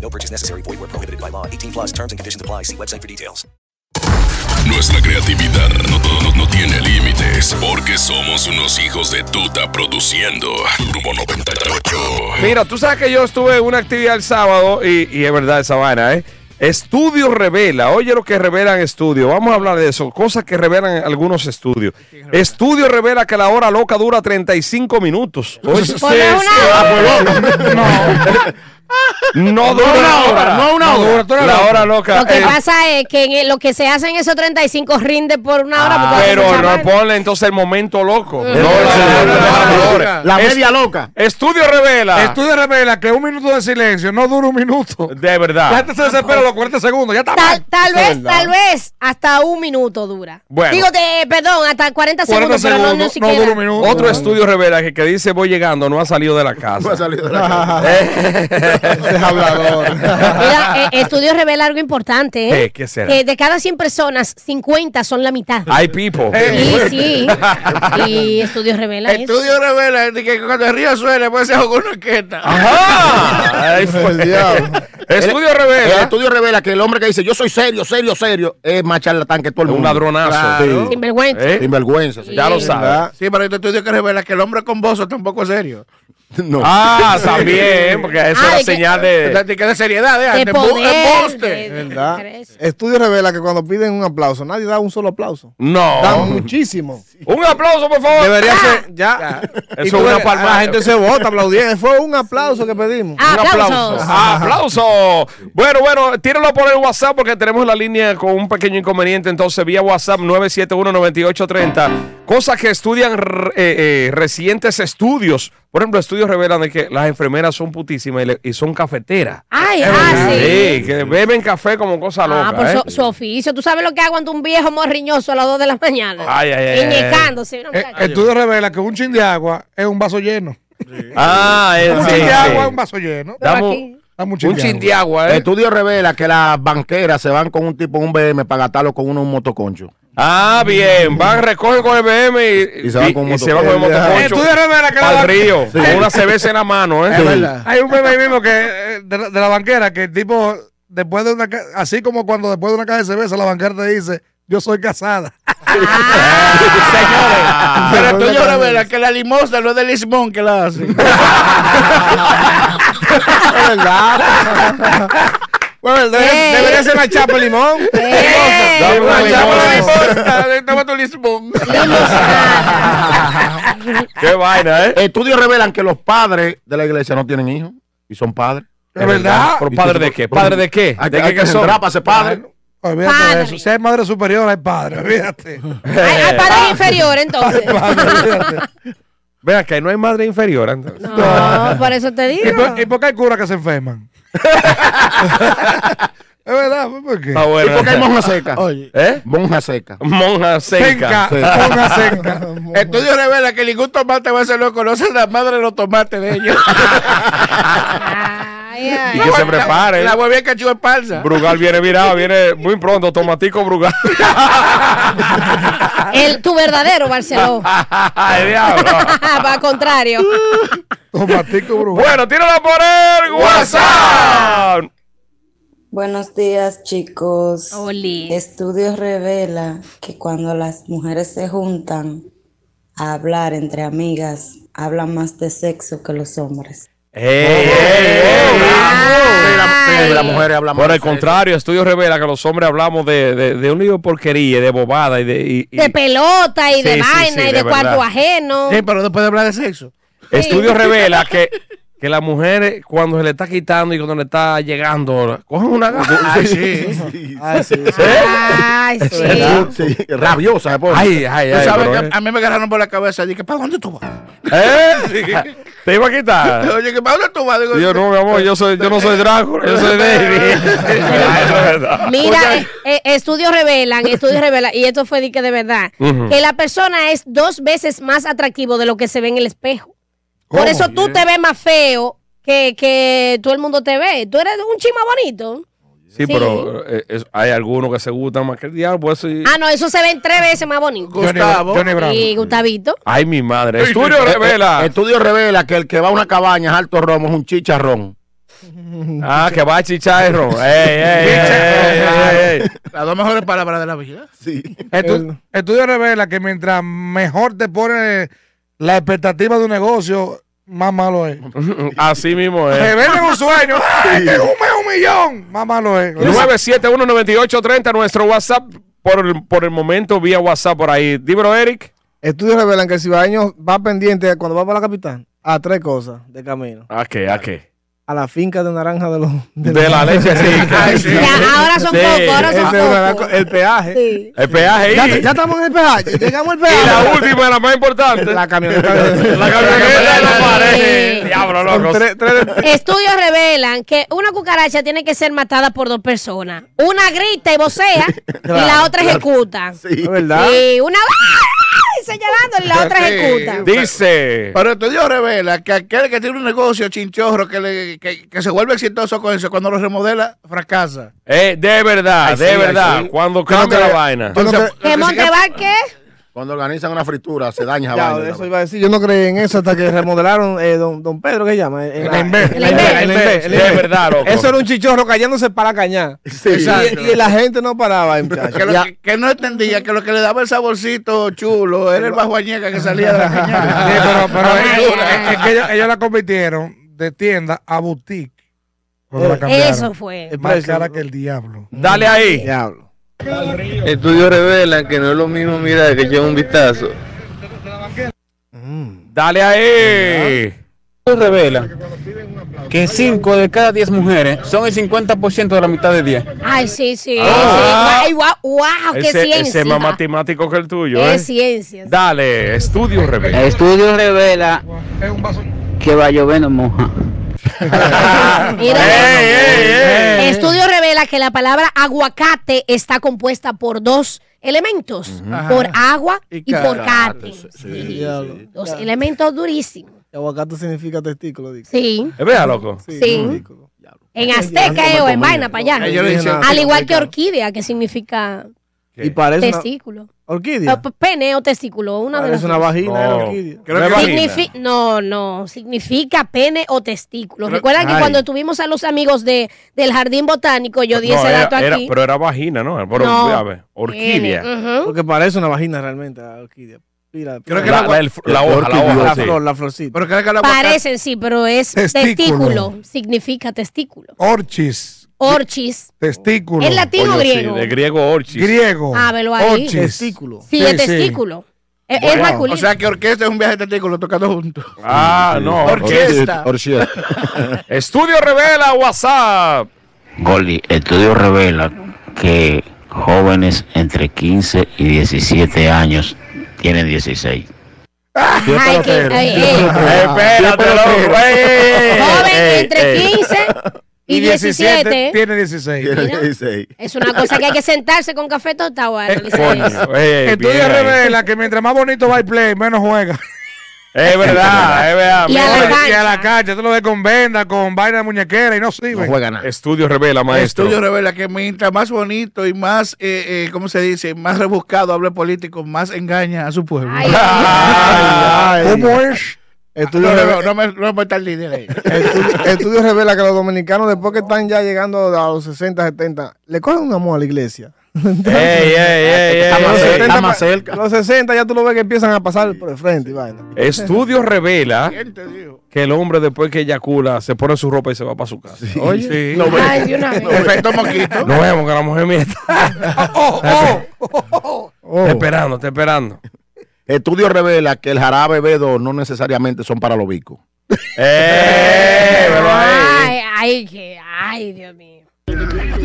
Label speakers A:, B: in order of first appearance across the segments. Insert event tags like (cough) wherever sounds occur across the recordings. A: No purchase necessary. Void where prohibited by law. 18 plus terms and conditions apply. See website for details.
B: Nuestra creatividad no, no, no tiene límites porque somos unos hijos de tuta produciendo Rumbo 98.
C: Mira, tú sabes que yo estuve en una actividad el sábado y, y es verdad esa vaina, ¿eh? Estudio revela, oye lo que revelan estudios, vamos a hablar de eso, cosas que revelan algunos estudios. Estudio revela que la hora loca dura 35 minutos. Oye, sí,
D: Ponle
C: sí,
D: una
C: ah, pues, no. No dura una hora, no una hora. La hora loca.
D: Lo que
C: eh,
D: pasa es que en el- lo que se hacen esos 35 rinde por una hora.
E: Ah,
D: porque hace
C: Ah, Pero
E: pues,
D: mucha
C: no
D: vaina.
C: ponle entonces el momento loco.
E: Mm.
C: No, la-
F: la-
C: la- la- la-
F: La
C: Es-
F: media loca.
C: Estudio revela.
E: Estudio revela que un minuto de silencio no dura un minuto.
C: de
E: La
C: verdad.
E: gente se desespera a los 40 segundos. Ya está
D: Tal,
E: mal.
D: tal
C: Eso es
D: vez,
C: verdad.
D: tal vez hasta un minuto dura.
C: Bueno.
D: Digo, de- perdón, hasta 40 segundos,
E: 40
D: pero no, no
E: segundos no,
D: siquiera.
E: dura un minuto.
C: Otro estudio revela que, que dice voy llegando, no ha salido de la casa.
F: No Pues ha salido de la casa. (laughs)
C: Eh.
F: Es hablador.
D: Mira, eh, estudios revela algo importante, ¿eh?
C: Eh, ¿qué será?
D: Que de cada 100 personas, 50 son la mitad.
C: (laughs) Hay people.
E: Eh,
D: Sí, sí. Y estudios revela eso.
E: Estudio revela que cuando el río suele puede ser con una orquesta.
F: (laughs)
C: Ajá. Ahí fue.
F: El diablo.
C: (laughs) Estudio
F: El
C: revela.
F: estudio revela que el hombre que dice yo soy serio, serio, serio, es más charlatán que todo el mundo.
C: Un ladronazo.
F: Claro.
D: Sin vergüenza.
C: Eh,
F: Sin vergüenza.
C: Ya lo sabes.
E: Sí, pero este estudio que revela que el hombre con bozo tampoco es serio.
F: No.
C: Ah, también, porque eso
D: Ah,
C: es la
D: de que-
C: señal de.
E: que de seriedad,
D: De
E: ¿eh?
D: poder.
E: embuste.
D: de- de-
F: ¿Verdad?
D: de-
F: Estudio revela que cuando piden un aplauso, nadie da un solo aplauso.
C: No.
F: muchísimo.
C: Un aplauso, por favor. Ah.
F: Debería ser ya.
C: Eso es una palmada.
E: ah,
F: La gente (laughs) se vota aplaudiendo. Fue un aplauso que pedimos.
D: Ah,
C: Un aplauso.
D: aplausos.
C: Ah, aplauso. Bueno, bueno, tírenlo por el WhatsApp porque tenemos la línea con un pequeño inconveniente. Entonces, vía WhatsApp 971-9830. Cosas que estudian r- eh, eh, recientes estudios. Por ejemplo, estudios revelan de que las enfermeras son putísimas y, le- y son cafeteras. Eh,
D: Ay, ah, sí.
C: Sí, que beben café como cosa loca.
E: pues
D: Ah, por
C: ¿eh?
D: su, su oficio. ¿Tú sabes lo que aguanta un viejo morriñoso a las 2 de la mañana?
C: Ay, ay, ay, ay.
D: Inyectándose. una
E: Eh,
D: muchacha.
E: eh, estudio- Estudio revela que un chin de agua es un vaso lleno.
C: Ah, eh,
E: Un
C: sí,
E: chin de
C: sí.
E: agua es un vaso lleno.
C: Dame
D: Aquí.
C: un-
E: Dame
C: un chin de agua,
F: El
C: ¿eh?
F: estudio revela que las banqueras se van con un tipo en un BM para gastarlo con uno en un motoconcho.
C: Ah, bien. Van, recogen con el BM y,
F: Y se van con
C: y- y
F: moto-
C: se van con el
F: Eh,
E: Eh,
C: motoconcho.
E: estudio revela que la
C: Al
E: ban- (laughs)
C: río, con una cerveza en la mano, ¿eh?
F: Sí.
E: Hay un meme ahí mismo que eh, de, la- de la banquera que el tipo después de una ca- así como cuando después de una caja de cerveza la banquera te dice yo soy casada. (laughs)
C: Ah.
E: Pero tú
F: yo
E: revela que la limosna no es del limón que la hacen.
F: Es verdad. Bueno, debe-
D: Eh.
F: debería ser una chapa de limón.
D: Eh.
C: Dame una
F: Una chapa de
C: limón.
F: limón.
E: Toma tu limón.
D: Ilusionada.
C: Qué vaina, ¿eh?
F: Estudios revelan que los padres de la iglesia no tienen hijos y son padres.
E: ¿Es verdad?
C: ¿Por padre de qué? ¿Padre de qué?
F: Hay,
C: ¿De
F: hay
C: qué
F: que
C: que son?
F: entrar para ser padre.
E: Olvídate
D: Padre.
E: de eso. Si hay madre superior, hay padre. Olvídate.
C: (laughs)
D: Hay,
C: eh, ah.
D: hay padres inferiores, entonces.
C: Vean que no hay madre inferior. entonces.
D: No, por eso te
E: ¿Y
D: digo.
E: por, y por qué hay curas que se enferman? (laughs) es verdad, ¿por qué?
C: Está
F: ¿Y por qué hay
C: bueno.
F: monja seca?
C: ¿Eh?
F: Monja seca.
C: Monja
E: Senca,
C: seca.
E: ponga senca. (laughs)
C: (laughs)
E: Estudio revela que ningún tomate va a ser loco, no la madre de los tomates de ellos.
D: Ay, ay.
C: Y que se prepare.
E: huevía que cachú palsa.
C: Brugal viene virado, viene muy pronto. Tomatico Brugal.
D: El, tu
C: (laughs)
D: verdadero Barcelona.
C: (laughs) Ay, diablo.
D: (laughs) Va al contrario.
E: Tomatico, brujo.
C: Bueno, tírala por el WhatsApp.
G: Buenos días, chicos.
D: Oli.
G: Estudios revela que cuando las mujeres se juntan a hablar entre amigas, hablan más de sexo que los hombres.
C: ¡Ey, ey, ey!
F: la- sí, las mujeres hablan
C: Por el
F: más de sexo.
C: contrario, estudio revela que los hombres hablamos de, de, de un lío de porquería, de bobada y de. y- y-
D: De pelota y de
C: Sí, sí,
D: vaina
C: sí,
D: y
C: de
D: de cuarto
C: verdad.
D: ajeno.
F: Sí, pero después de hablar de sexo.
C: Estudio revela que, que las mujeres, cuando se le está quitando y cuando le está llegando, cogen una gana. (laughs)
F: Ay, sí. Ay, sí.
D: Ay, sí.
F: Sí, Rabiosa, pues. se pone.
C: Ay, ay,
F: Tú
C: ay,
F: sabes
C: pero,
F: que
C: eh.
F: a mí me agarraron por la cabeza. Dije, ¿para dónde tú vas?
C: ¿Eh? Te iba a quitar.
F: Oye, ¿para dónde tú vas? Digo,
C: Yo no, mi amor, yo, soy, yo no soy Drácula, yo
F: (laughs)
C: soy David.
D: Mira, eh, eh, estudios revelan, estudios revelan, y esto fue de que de verdad,
C: Ujú.
D: que la persona es dos veces más atractivo de lo que se ve en el espejo. Por
C: ¿Cómo?
D: eso tú te ves más feo que, que todo el mundo te ve. Tú eres un chima bonito.
C: Sí, pero eh, es- hay algunos que se gustan más que el diablo, pues por eso.
D: Ah, no, eso se ven tres veces más bonito.
F: Gustavo.
C: Johnny Bravo.
D: Y Gustavito.
C: Ay, mi madre. Estudio
F: Eh,
C: revela.
F: Estudio revela que el que va a una cabaña es alto romo, es un chicharrón.
C: Ah, que va a chichar el
F: (laughs)
C: ron. Ey, ey, ey, ey, ey, ey.
F: Las dos mejores palabras de la vida. Sí.
E: Estu- estudio revela que mientras mejor te pone la expectativa de un negocio, más malo es.
C: Así mismo
E: Te
C: es.
E: venden un sueño, ¡ay, que un mes, un millón! Más malo es.
C: 9719830, nuestro WhatsApp. Por el, por el momento, vía WhatsApp por ahí. Dímelo, Eric.
H: Estudios revelan que el ciudadano va pendiente cuando va para la capital a tres cosas de camino.
C: ¿A Ah, qué? ¿A qué?
H: A la finca de naranja de los... de
C: De
H: los-
C: la leche,
F: (laughs)
C: sí.
D: Ya, ahora son
C: Sí.
D: pocos, ahora
H: (laughs) Ese
D: son
H: es una
D: pocos.
H: co- el peaje.
D: Ah, Sí.
C: (laughs) El peaje
H: Ya,
C: ahí.
H: ya estamos en
C: (laughs)
H: el peaje. Llegamos al peaje.
C: Y la última, la más importante.
H: La camioneta
C: (laughs)
H: de...
C: La camioneta de la pared.
D: Sí.
C: Diablo,
H: Son
C: loco.
H: tres- tres-
D: Estudios revelan que una cucaracha tiene que ser matada por dos personas. Una grita
C: (laughs)
D: y vocea y la otra ejecuta.
H: es ¿Verdad?
D: Sí, una y señalándole y la otra ejecuta.
C: Dice.
F: Pero estudio revela que aquel que tiene un negocio chinchorro que, le- que, que se vuelve exitoso con eso, cuando lo remodela, fracasa.
C: Eh, de verdad,
F: Ay,
C: de
F: sí, ay,
C: verdad.
F: sí.
C: Cuando cambia la vaina.
H: Yo no cre-
D: ¿Que Montebar qué?
F: Cuando organizan una fritura, se daña
H: ya,
F: vaina.
H: eso iba a decir. Yo no creí en eso hasta que remodelaron eh, don, don Pedro, ¿qué se llama? En la- en la-
D: La Inver.
H: en la Inver, en la
C: De
H: Inver.
C: verdad, loco.
H: Eso era un chichorro callándose para cañar.
F: Sí.
H: Y, y la gente no paraba, eh, muchachos.
F: Que, lo
H: Ya.
F: que- que no entendía que lo que le daba el saborcito chulo era el bajo añeca que salía de (laughs) la cañada.
E: Sí, pero, pero
D: Ay,
E: es,
D: ay.
E: es que ellos, ellos la convirtieron de tienda a boutique. Cuando la cambiaron.
D: Eso fue.
H: Eh, El
E: Más
H: precio,
E: cara
H: ¿no?
E: que el diablo.
C: Dale ahí.
H: Diablo.
I: Estudios revelan que no es lo mismo mirar que llevar un vistazo.
C: Dale ahí.
I: Estudios revelan que 5 de cada 10 mujeres son el 50% de la mitad de 10.
D: Ay, sí, sí.
C: Ah.
D: sí. Guau, guau, qué
C: Ese,
D: ciencia.
C: ese es más matemático que el tuyo,
D: Qué
C: ¿eh?
D: ciencia.
C: Dale, estudio
H: Eh,
C: rebelde.
I: Estudios revela que va lloviendo moja.
D: Mira.
C: Ey, ey, ey.
D: Estudio revela que la palabra aguacate está compuesta por dos elementos, por agua y, por cate.
H: Diablo.
D: Dos elementos durísimos.
H: Aguacate significa testículo, dice.
D: Sí,
C: Eh, Vea, loco.
H: Sí.
D: Sí.
H: testículo.
D: en azteca eh, o en vaina para
F: Ay, yo
D: allá.
F: le
C: "Ah,
F: decía-
D: Al igual que orquídea, que significa
H: Y parece una
D: testículo.
H: orquídea.
D: Ah, Pene o testículo,
C: Ah,
D: una de las
H: Parece una
D: dos.
H: vagina, era
C: No.
H: orquídea.
C: Creo que
D: Signifi- no, no, significa pene o testículo. Recuerda que
F: Ay.
D: cuando tuvimos a los amigos de, del jardín botánico, yo di
C: No,
D: ese
C: era-
D: dato
C: era-
D: aquí.
C: pero era vagina, ¿no? Pero,
D: No.
C: vea, ve, orquídea.
D: Pene, ujú.
H: Porque parece una vagina realmente, la orquídea. Mira,
F: Creo que
C: La, la- el- la hoja, la
H: la,
C: hoja, sí.
H: flor, la florcita.
F: Pero creo que el aguacate-
D: Parecen, sí, pero es testículo.
E: Testículo.
D: Significa testículo.
E: Orchis,
D: Orchis.
E: testículo.
D: ¿Es latino o
C: Coño, sí,
D: griego?
C: de griego orchis.
E: griego.
D: Ah, velo ahí.
E: Orchis.
H: testículo.
D: Sí,
E: Sí,
D: es
E: sí.
D: testículo. Es, es masculino.
F: O sea que orquesta es un viaje de testículos tocando juntos.
C: Ah, no.
F: Orquesta. (laughs)
C: Estudio revela WhatsApp.
I: Goldi, estudios revelan que jóvenes entre 15 y 17 años tienen 16.
D: Ay, que-
C: (laughs)
D: ay, ey.
C: Espérate, loco. ey, ey, ey,
D: Joven
C: ey,
D: entre
C: ey.
D: 15
C: (laughs)
D: y 17.
E: Tiene 16.
D: Es una cosa que hay que sentarse con café tota, tostado a analizar eso.
C: Coño, ey,
E: Estudio
C: bien ahí.
E: revela que mientras más bonito va el play, menos juega.
C: Es verdad, es verdad.
D: Y a la
C: Mira,
D: cancha.
E: Y a la cancha, tú lo ves con venda, con vaina de muñequera y no sirve.
C: Estudio revela, maestro. (laughs)
F: Estudio revela que mientras más bonito y más, eh, eh, ¿cómo se dice? Más rebuscado habla el político, más engaña a su pueblo.
D: Ay,
C: Ah,
H: Ay,
E: ¿Cómo es?
F: (laughs)
H: Estudio
F: Ah, No, no,
H: revela-
F: no, no me, no me está el líder
D: (laughs)
F: ahí.
H: estu- estudio revela que los dominicanos, después que están ya llegando a los 60, 70, le cogen un amor a la iglesia.
C: Ey, ey, ey, ey,
H: Los
C: ey.
H: 70
C: Está
H: pa-
C: más cerca.
H: Los 60 ya tú lo ves que empiezan a pasar por el frente y vaina.
C: Estudio revela que el hombre después que eyacula se pone su ropa y se va para su casa. Oye,
F: Lo ve.
D: Ay, de una vez.
F: Lo ve. Efecto moquito.
C: no vemos que la mujer mía está, está esperando, está esperando.
J: Estudio revela que el jarabe B2 no necesariamente son para los bicos.
C: eh.
D: Ay, ay, que, ay, Dios mío.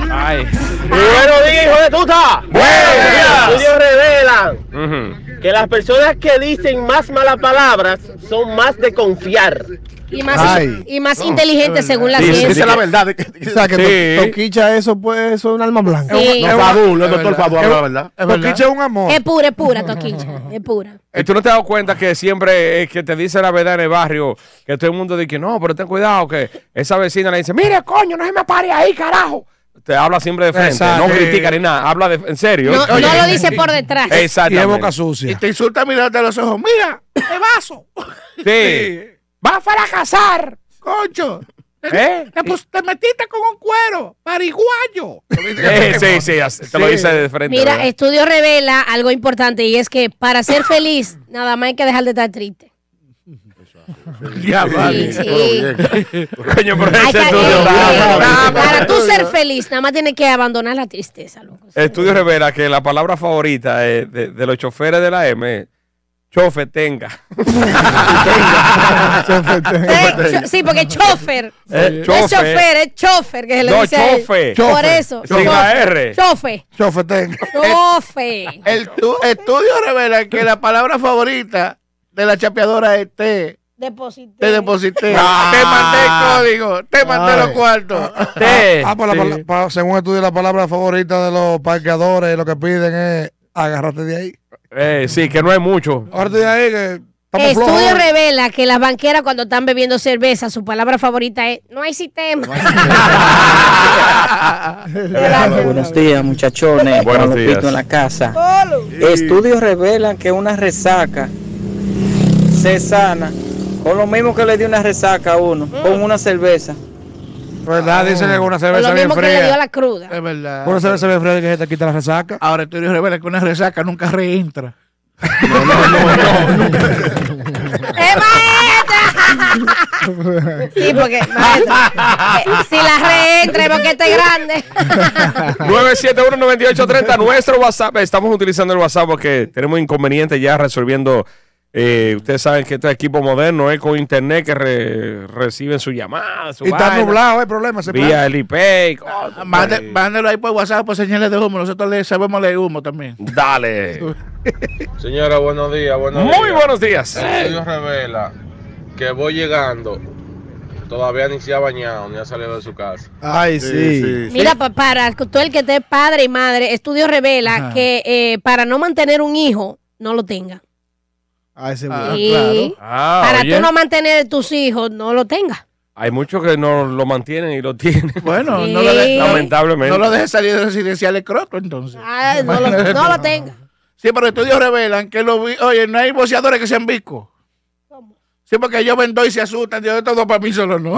C: Ay.
K: Buenos días, hijo de tuta. Buenos días. Estudios revelan que las personas que dicen más malas palabras son más de confiar.
D: Y más,
H: Ay.
D: y más inteligente según la
H: Dice-
D: ciencia.
H: dice la verdad.
J: (laughs)
H: O sea, que
J: Sí.
H: to- Toquicha, eso, pues, eso es un alma blanca.
D: Sí.
H: Es
J: No,
H: una-
J: Fadul, el
H: es
J: doctor
H: verdad.
J: Fadul,
H: Es-
J: habla la verdad.
H: es verdad. Toquicha es un amor.
D: Es pura, es pura,
H: (laughs)
D: Toquicha. Es pura.
C: ¿Y tú no te has dado cuenta que siempre eh, que te dice la verdad en el barrio, que todo el mundo dice, no, pero ten cuidado, que esa vecina le dice, mire, coño, no se me pare ahí, carajo. Te habla siempre de frente,
F: Exacto.
C: no critica ni nada, habla de, en serio.
D: No, no lo
C: (laughs)
D: dice por detrás.
C: Exactamente.
F: Y te insulta mirándote a los ojos. Mira, te vaso.
C: Sí.
F: Va a fracasar. Concho.
C: ¿Eh?
F: Te, pus- te metiste con un cuero.
H: (laughs)
F: Pariguayo.
C: Sí, Eh, sí, sí, así- te lo
F: Sí.
C: dice de frente.
D: Mira,
C: ¿verdad?
D: estudio revela algo importante y es que para ser feliz, nada más hay que dejar de estar triste.
F: Ya vale.
D: sí.
C: Coño, pero
D: Hay
C: ese
D: que-
C: estudio.
D: eh,
C: está-
D: Para tú ser feliz, nada más tienes que abandonar la tristeza, loco.
C: Estudio revela que la palabra favorita eh, de, de los choferes de la M es chofe
F: (laughs)
C: tenga.
D: Eh, cho- sí, porque chofer.
C: Eh,
D: no es
C: chofer.
D: chofer, es chofer que se le
C: No,
D: dice. a él.
C: chofe.
D: Por
C: Chofe.
D: eso.
C: Sin la R. Eh,
D: Chofe.
F: Chofetén.
D: Chofe.
F: El tu- estudio revela que la palabra favorita de la chapeadora es te.
D: Deposité.
F: Te deposité.
E: Ah.
F: Te mandé el código. Te mandé
E: Ay.
F: los cuartos.
E: Ah, pues la pala- pa- según estudio, la palabra favorita de los parqueadores, lo que piden es agárrate de ahí.
C: Eh, sí, que no hay mucho.
E: Agárrate de ahí que estamos
D: Estudio
E: flojos.
D: revela que las banqueras cuando están bebiendo cerveza, su palabra favorita es no hay sistema. (laughs)
L: Buenos días, muchachones.
M: Buenos
L: Con Lupito
M: días.
L: en la casa. Estudios revelan que una resaca se sana con lo mismo que le dio una resaca a uno, con una cerveza.
E: ¿Verdad? Dicen que una cerveza bien fría.
D: la cruda.
C: Eh,
D: (laughs)
F: Es verdad.
E: Una cerveza bien fría que se te quita la resaca.
F: Ahora estudio revela que una resaca nunca reentra.
D: ¡Eh,
C: (laughs)
D: sí, porque maestro, eh, si la reentra es porque está grande.
C: 971-9830, nuestro WhatsApp. Estamos utilizando el WhatsApp porque tenemos inconvenientes ya resolviendo. eh, ustedes saben que este equipo moderno es con internet que re- reciben su llamada, su
E: Y está
C: vaina,
E: nublado, el problema. ese
C: Vía
E: plan.
C: el IP.
F: Mande- Mándelo ahí por WhatsApp por señales de humo. Nosotros le sabemos leer humo también.
C: Dale.
N: Señora, buenos días. Buenos
C: Muy buenos días.
N: El estudio revela que voy llegando. Todavía ni se ha bañado, ni ha salido de su casa.
H: Ay, sí.
D: Mira, pa- para todo el que esté padre y madre, estudio revela
H: Ajá.
D: que eh, para no mantener un hijo, no lo tenga.
H: Ah, ese
D: Sí.
H: claro.
C: Ah,
D: para
C: oye,
D: tú no mantener tus hijos, no lo tengas.
C: Hay muchos que no lo mantienen y lo tienen.
F: Bueno,
D: no lo de-
C: lamentablemente.
F: No lo dejes salir de residencial de croto, entonces.
D: Ah, no lo, no lo tengas.
F: Sí, pero estudios revelan que los vi- Oye, no hay boceadores que sean viscos. Sí, porque yo vendo y se asustan. Yo de todo para mí solo no.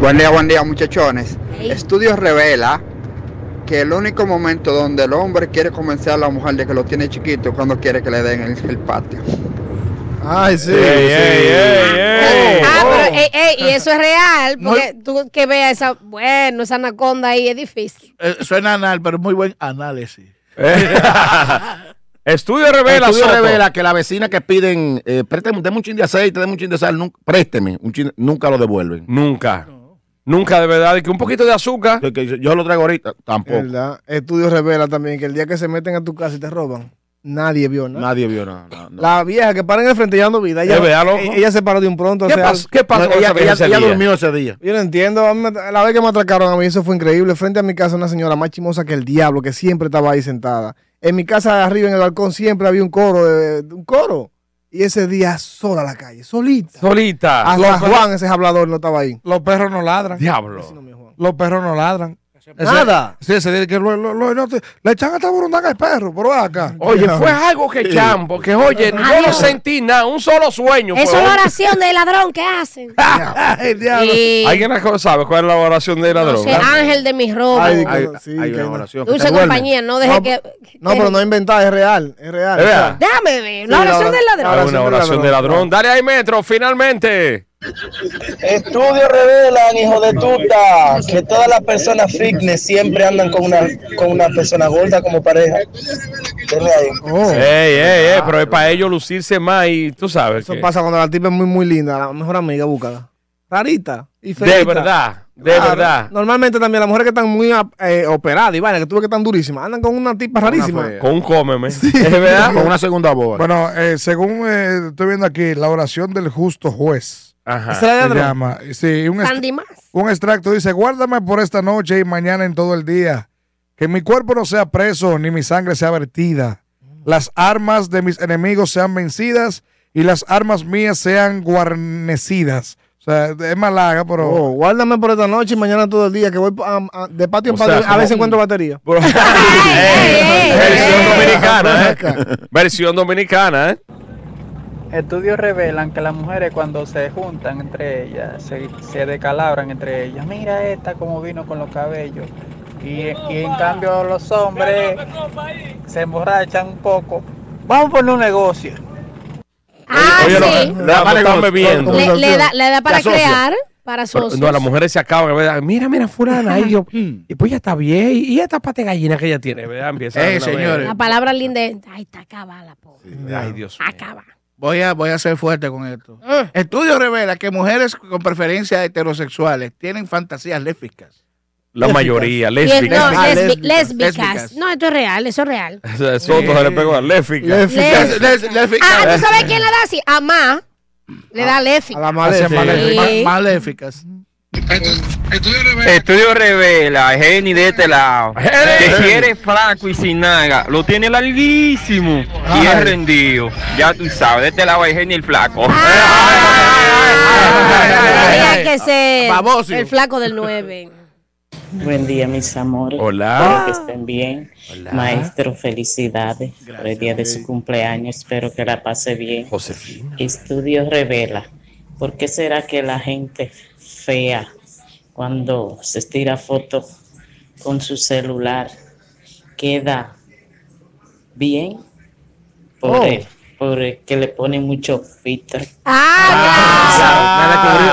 O: Buen día, buen día muchachones. Estudios revela que el único momento donde el hombre quiere convencer a la mujer de que lo tiene chiquito es cuando quiere que le den el, el patio.
H: Ay, sí.
J: eh.
D: Ah, pero ey, ey, y eso es real, porque tú que veas esa, bueno, esa anaconda ahí es difícil.
F: Eh, suena anal, pero muy buen análisis.
C: Oh. Estudio revela,
J: Estudio
C: Soto.
J: revela que la vecina que piden, eh, préstame, deme un chin de aceite, deme un chin de sal, nunca, présteme, un chin- nunca lo devuelven.
C: Nunca. Nunca, de verdad. Y que un poquito de azúcar.
J: yo, yo lo traigo ahorita, tampoco.
H: ¿Verdad? Estudios revela también que el día que se meten a tu casa y te roban, nadie vio nada.
J: Nadie vio nada. nada, nada.
H: La vieja que para en el frente ya no vida. Ella,
J: Es verdad, loco.
H: ella, ella se paró de un pronto.
J: ¿Qué pasó- qué pasó con esa vieja ese día? ese día.
H: Yo no entiendo. a mí me- la vez que me atracaron a mí, eso fue increíble. Frente a mi casa, una señora más chimosa que el diablo, que siempre estaba ahí sentada. En mi casa de arriba, en el balcón, siempre había un coro. de- de un coro. Y ese día, sola a la calle, solita.
C: Solita.
H: Hasta
E: Los-
H: Juan, ese hablador, no estaba ahí.
E: Los perros no ladran.
C: Diablo.
E: Los perros no ladran.
H: Nada.
E: Ese- Sí, se dice que lo, lo- lo- no te- le echan hasta burundanga al perro, por
H: (laughs)
E: acá. (laughs)
C: Oye, fue algo que echan, porque oye, no lo sentí nada, un solo sueño.
D: Eso
C: fue.
D: es la oración del ladrón que hacen. Sí.
C: ¿Alguien aco- sabe cuál es la oración de la droga?
D: Ese ángel de mis robos.
H: Ay,
C: Hay-
H: sí,
C: hay
H: que
C: una
H: no.
C: oración que
D: Dulce
C: te duerme.
D: compañía, no deje
H: No,
D: que.
H: No, pero no es inventada, es real. Es real.
C: Es
H: o sea,
C: real.
D: Déjame ver.
H: Sí,
D: La
H: la
D: oración
H: hora-
D: del ladrón.
H: la
C: Hay una oración de ladrón. Dale ahí, Metro, finalmente.
M: Estudios revelan, hijo de tuta, que todas las personas fitness siempre andan con una, con una persona gorda como pareja. Denle ahí.
H: Oh.
C: Ey, ey, ey, pero es para ellos lucirse más y tú sabes.
H: Eso
C: que-
H: pasa cuando la tipa es muy, muy linda, la mejor amiga, búscala. Rarita y feita.
C: De verdad, de
H: Claro.
C: verdad.
H: Normalmente también las mujeres que están muy eh, operadas y vaina, que tú ves que están durísimas, andan con una tipa rarísima.
C: Con un cómeme. Es verdad.
H: (laughs)
J: Con una segunda boa.
E: Bueno, eh, según eh, estoy viendo aquí, la oración del justo juez.
C: Ajá.
H: ¿Esa es la
E: Se
H: de ladrón?
E: llama. Sí, un, est-
D: Sandy más.
E: un extracto dice, guárdame por esta noche y mañana en todo el día. Que mi cuerpo no sea preso, ni mi sangre sea vertida. Las armas de mis enemigos sean vencidas y las armas mías sean guarnecidas. O sea, es más larga, pero...
H: Oh, guárdame por esta noche y mañana todo el día, que voy pa- a- a- de patio en
E: O sea,
H: patio, a
E: como-
H: veces encuentro batería.
C: Versión dominicana, ¿eh? Versión dominicana, ¿eh?
L: Estudios revelan que las mujeres cuando se juntan entre ellas, se, se decalabran entre ellas. Mira esta como vino con los cabellos. Y, y en cambio los hombres se emborrachan un poco. Vamos a poner un negocio.
D: Ah,
C: Oye,
D: sí.
C: lo- la- lo están bebiendo.
D: Le, le da, le da para
C: Te asocia.
D: crear, para
C: Pero,
D: socios.
C: no, las mujeres se acaban. ¿verdad? Mira, mira, fulana. ahí yo, y pues ya está bien. Y y esta pata de gallina que ella tiene, ¿verdad? Empieza
F: Eh,
C: una vez.
F: señores.
D: La palabra linda es. Ay, está acabada, po.
C: Ay, Dios mío.
D: Acaba.
F: Voy a, voy a ser fuerte con esto. Estudio revela que mujeres con preferencias heterosexuales tienen fantasías lésbicas.
C: La mayoría,
D: Y es-
C: lésbica.
D: No,
F: Ah,
D: lesbi-
F: lésbicas.
D: lésbicas.
F: Lésbicas.
D: No, esto es real, eso es (laughs) real.
C: (laughs) O sea, Soto se le pegó a Léfica.
D: Lésbica.
F: Les- lésbicas.
D: Ah, ¿tú sabes quién le da así? A Ma. Le da Lefi.
H: A la
F: Hacen
H: maléfica.
F: maléficas.
D: Sí.
F: Ma- maléficas.
P: Estudio revela, Jenny de este lado, que si eres flaco y sin nalga, lo tiene larguísimo y es rendido. Ya tú sabes, de este lado hay Jenny el flaco.
D: Tenía que ser
P: Baboso.
D: el flaco del 9.
Q: Buen día, mis amores.
P: Hola.
Q: Espero que estén bien. Maestro, felicidades por el día de su cumpleaños. Espero que la pase bien.
C: Josefina.
Q: Estudios revela. ¿Por qué será que la gente fea, cuando se tira foto con su celular, queda bien? Por,
J: Oh.
Q: el- por el que le pone mucho filtro.
D: Ah,
F: Ah.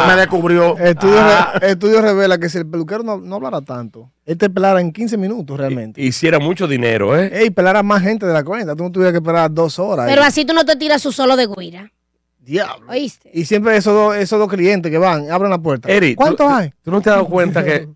J: Me descubrió.
H: Estudios
E: Ah.
H: re- estudios revela que si el peluquero no, no hablara tanto, él te pelara en 15 minutos realmente.
C: Hiciera mucho dinero, ¿eh?
H: Ey, pelara más gente de la cuenta, tú no tuvieras que esperar dos horas.
D: Pero
H: eh.
D: así tú no te tiras su solo de guira.
H: Diablo.
D: ¿Oíste?
H: Y siempre esos dos, esos dos clientes que van, abren la puerta.
C: Eri, tú-
H: ¿Cuántos hay?
C: ¿Tú no te has dado cuenta que,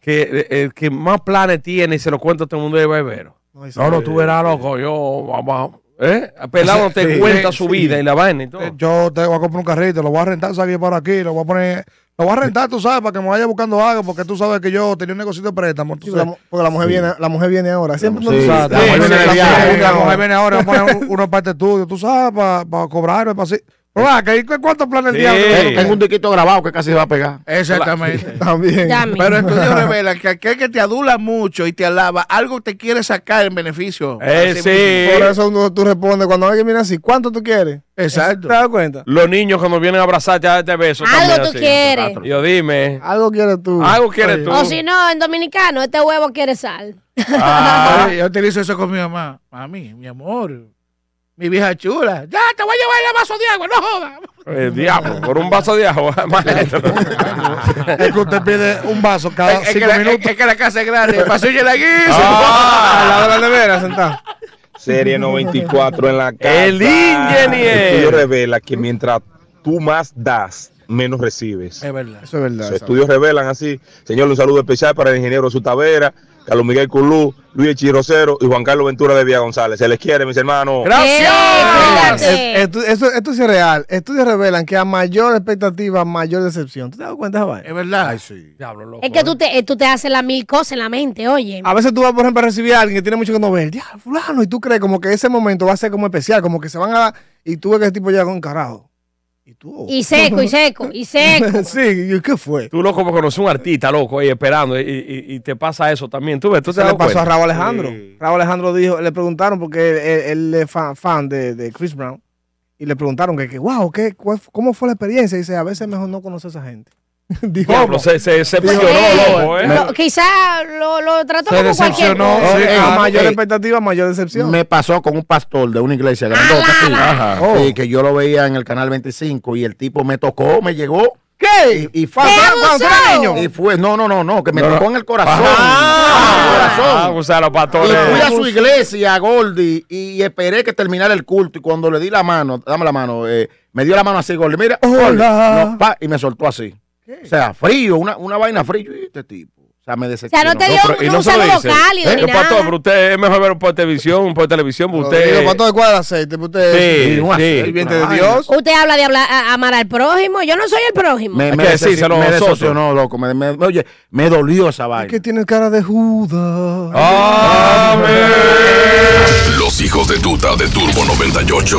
C: que eh, el que más planes tiene y se lo cuenta a todo el mundo de barbero?
H: No,
C: No, no, tú verás, loco, yo, vamos. ¿Eh? Pelado te
E: Sí,
C: cuenta
E: sí,
C: su
E: sí.
C: vida y la vaina y todo.
E: Eh, Yo te voy a comprar un carrito, lo voy a rentar, saqué para aquí, lo voy a poner. Lo voy a rentar, tú sabes, para que me vaya buscando algo, porque tú sabes que yo tenía un negocio de préstamo. tú
H: Sí, porque la,
E: sabes.
H: mu- porque la mujer
E: Sí.
H: viene, la mujer viene ahora. Siempre
E: Sí,
H: no
E: la
H: tú sabes.
E: mujer viene de viaje, la mujer
H: ahora.
E: viene ahora, vamos a poner un- uno parte tuyo, tú sabes, para cobrarme, para así. Pero, ah, ¿qué- qué- ¿Cuántos planes
J: Sí.
E: diablo?
F: Ah,
J: Yo tengo un disquito grabado que casi se va a pegar.
F: Exactamente.
H: También.
F: Pero (laughs) estudios revelan que aquel que te adula mucho y te alaba, algo te quiere sacar en beneficio.
C: Eh,
F: Así
C: sí.
H: Por eso uno- tú respondes cuando alguien viene así, ¿cuánto tú quieres?
F: Exacto.
H: ¿Te das cuenta?
C: Los niños cuando vienen a abrazarte a darte besos.
D: Algo
C: también
D: tú
C: así.
D: quieres.
C: Yo dime.
H: Algo quieres tú.
C: Algo quieres tú.
D: O si no, en dominicano, este huevo quiere sal.
C: Ah.
F: Yo utilizo eso con mi mamá. Mami, mi amor. Mi vieja chula. Ya te voy a llevar el vaso de agua, no jodas.
C: El eh, diablo, por un vaso de agua, (laughs) maestro.
E: Es que usted pide un vaso cada
H: ah,
F: Es, es que
E: cinco
F: la,
E: minutos.
F: es- es que la casa es grande. El pasillo es larguísimo.
C: Ah, (laughs)
H: al lado de la nevera, sentado.
N: Serie 94 en la casa.
C: El ingeniero.
N: Estudio revela que mientras tú más das, menos recibes.
F: (laughs) Es verdad.
H: Eso es verdad.
N: Los estudios revelan así. Señor, un saludo especial para el ingeniero Sutavera, Carlos Miguel Culú, Luis Chirocero y Juan Carlos Ventura de Vía González. Se les quiere, mis hermanos.
D: Eh,
H: ¡Gracias! esto, esto sí es real. Estudios revelan que a mayor expectativa, mayor decepción. ¿Tú te das cuenta, Jabal?
F: Es verdad.
H: Ay, sí.
D: Es que tú te, eh, tú te haces las mil cosas en la mente, oye.
H: A veces tú vas, por ejemplo, a recibir a alguien que tiene mucho que no ver. Ya, fulano, y tú oh. crees como que ese momento va a ser como especial, como que se van a... Y tú ves que ese tipo llega con carajo. (laughs)
D: Y seco, y seco, y seco.
C: sí, ¿qué fue? Tú loco porque conoces un artista, loco, ahí esperando, y, y- y te pasa eso también. Tú ves, tú te
H: Se
C: das
H: le pasó
C: cuenta?
H: a Raúl Alejandro.
C: Sí.
H: Raúl Alejandro dijo, le preguntaron porque él, él- él es fan, fan de, de Chris Brown. Y le preguntaron que, que, wow, ¿qué, cuál- ¿cómo fue la experiencia? Y dice, a veces es mejor no conocer a esa gente. (laughs)
C: Diablo, se, se, se
H: Dijo,
C: emocionó, loco, ¿eh?
D: Lo- quizá lo, lo trató como cualquier cosa.
F: sí,
C: eh,
F: claro.
H: a mayor
F: Ey.
H: expectativa, mayor decepción.
F: Me pasó con un pastor de una iglesia grandota aquí,
H: Oh.
F: sí, que yo lo veía en el canal 25 y el tipo me tocó, me llegó.
H: ¿Qué?
F: Y, y fue
H: ¿Te
F: Fue-
H: abusó?
F: fue- niño. Y fue, no, no, no, no, que me
C: No, no.
F: tocó en el corazón. En el corazón.
C: Ah, o sea, los pastores.
F: Y fui a su iglesia, Gordy, y esperé que terminara el culto. Y cuando le di la mano, dame la mano, eh, me dio la mano así, Gordy, mira, Gordy,
H: Hola.
F: no, pa, y me soltó así. O sea, frío, una, una vaina fría. Y este tipo, o sea, me decepcionó.
D: te dio un- un
C: se lo
D: saludo
C: dice.
D: cálido
C: ¿Eh?
D: ni
C: Los
D: nada.
C: pastores, pero usted es mejor ver por televisión, por televisión, pero usted.
H: Digo, para todo el cuadro de aceite, pues usted
C: Sí,
H: es un
C: sí.
H: aceite, viviente de
C: Ay.
H: Dios.
D: Usted habla de hablar, a- amar al prójimo. Yo no soy el prójimo.
F: Me, me,
C: que decírselo
F: decep- me
C: a nosotros.
F: decepcionó, loco. Me, me- me- oye, me dolió esa vaina.
H: Que tiene cara de Judas.
R: Los hijos de tuta de Turbo 98.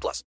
S: plus.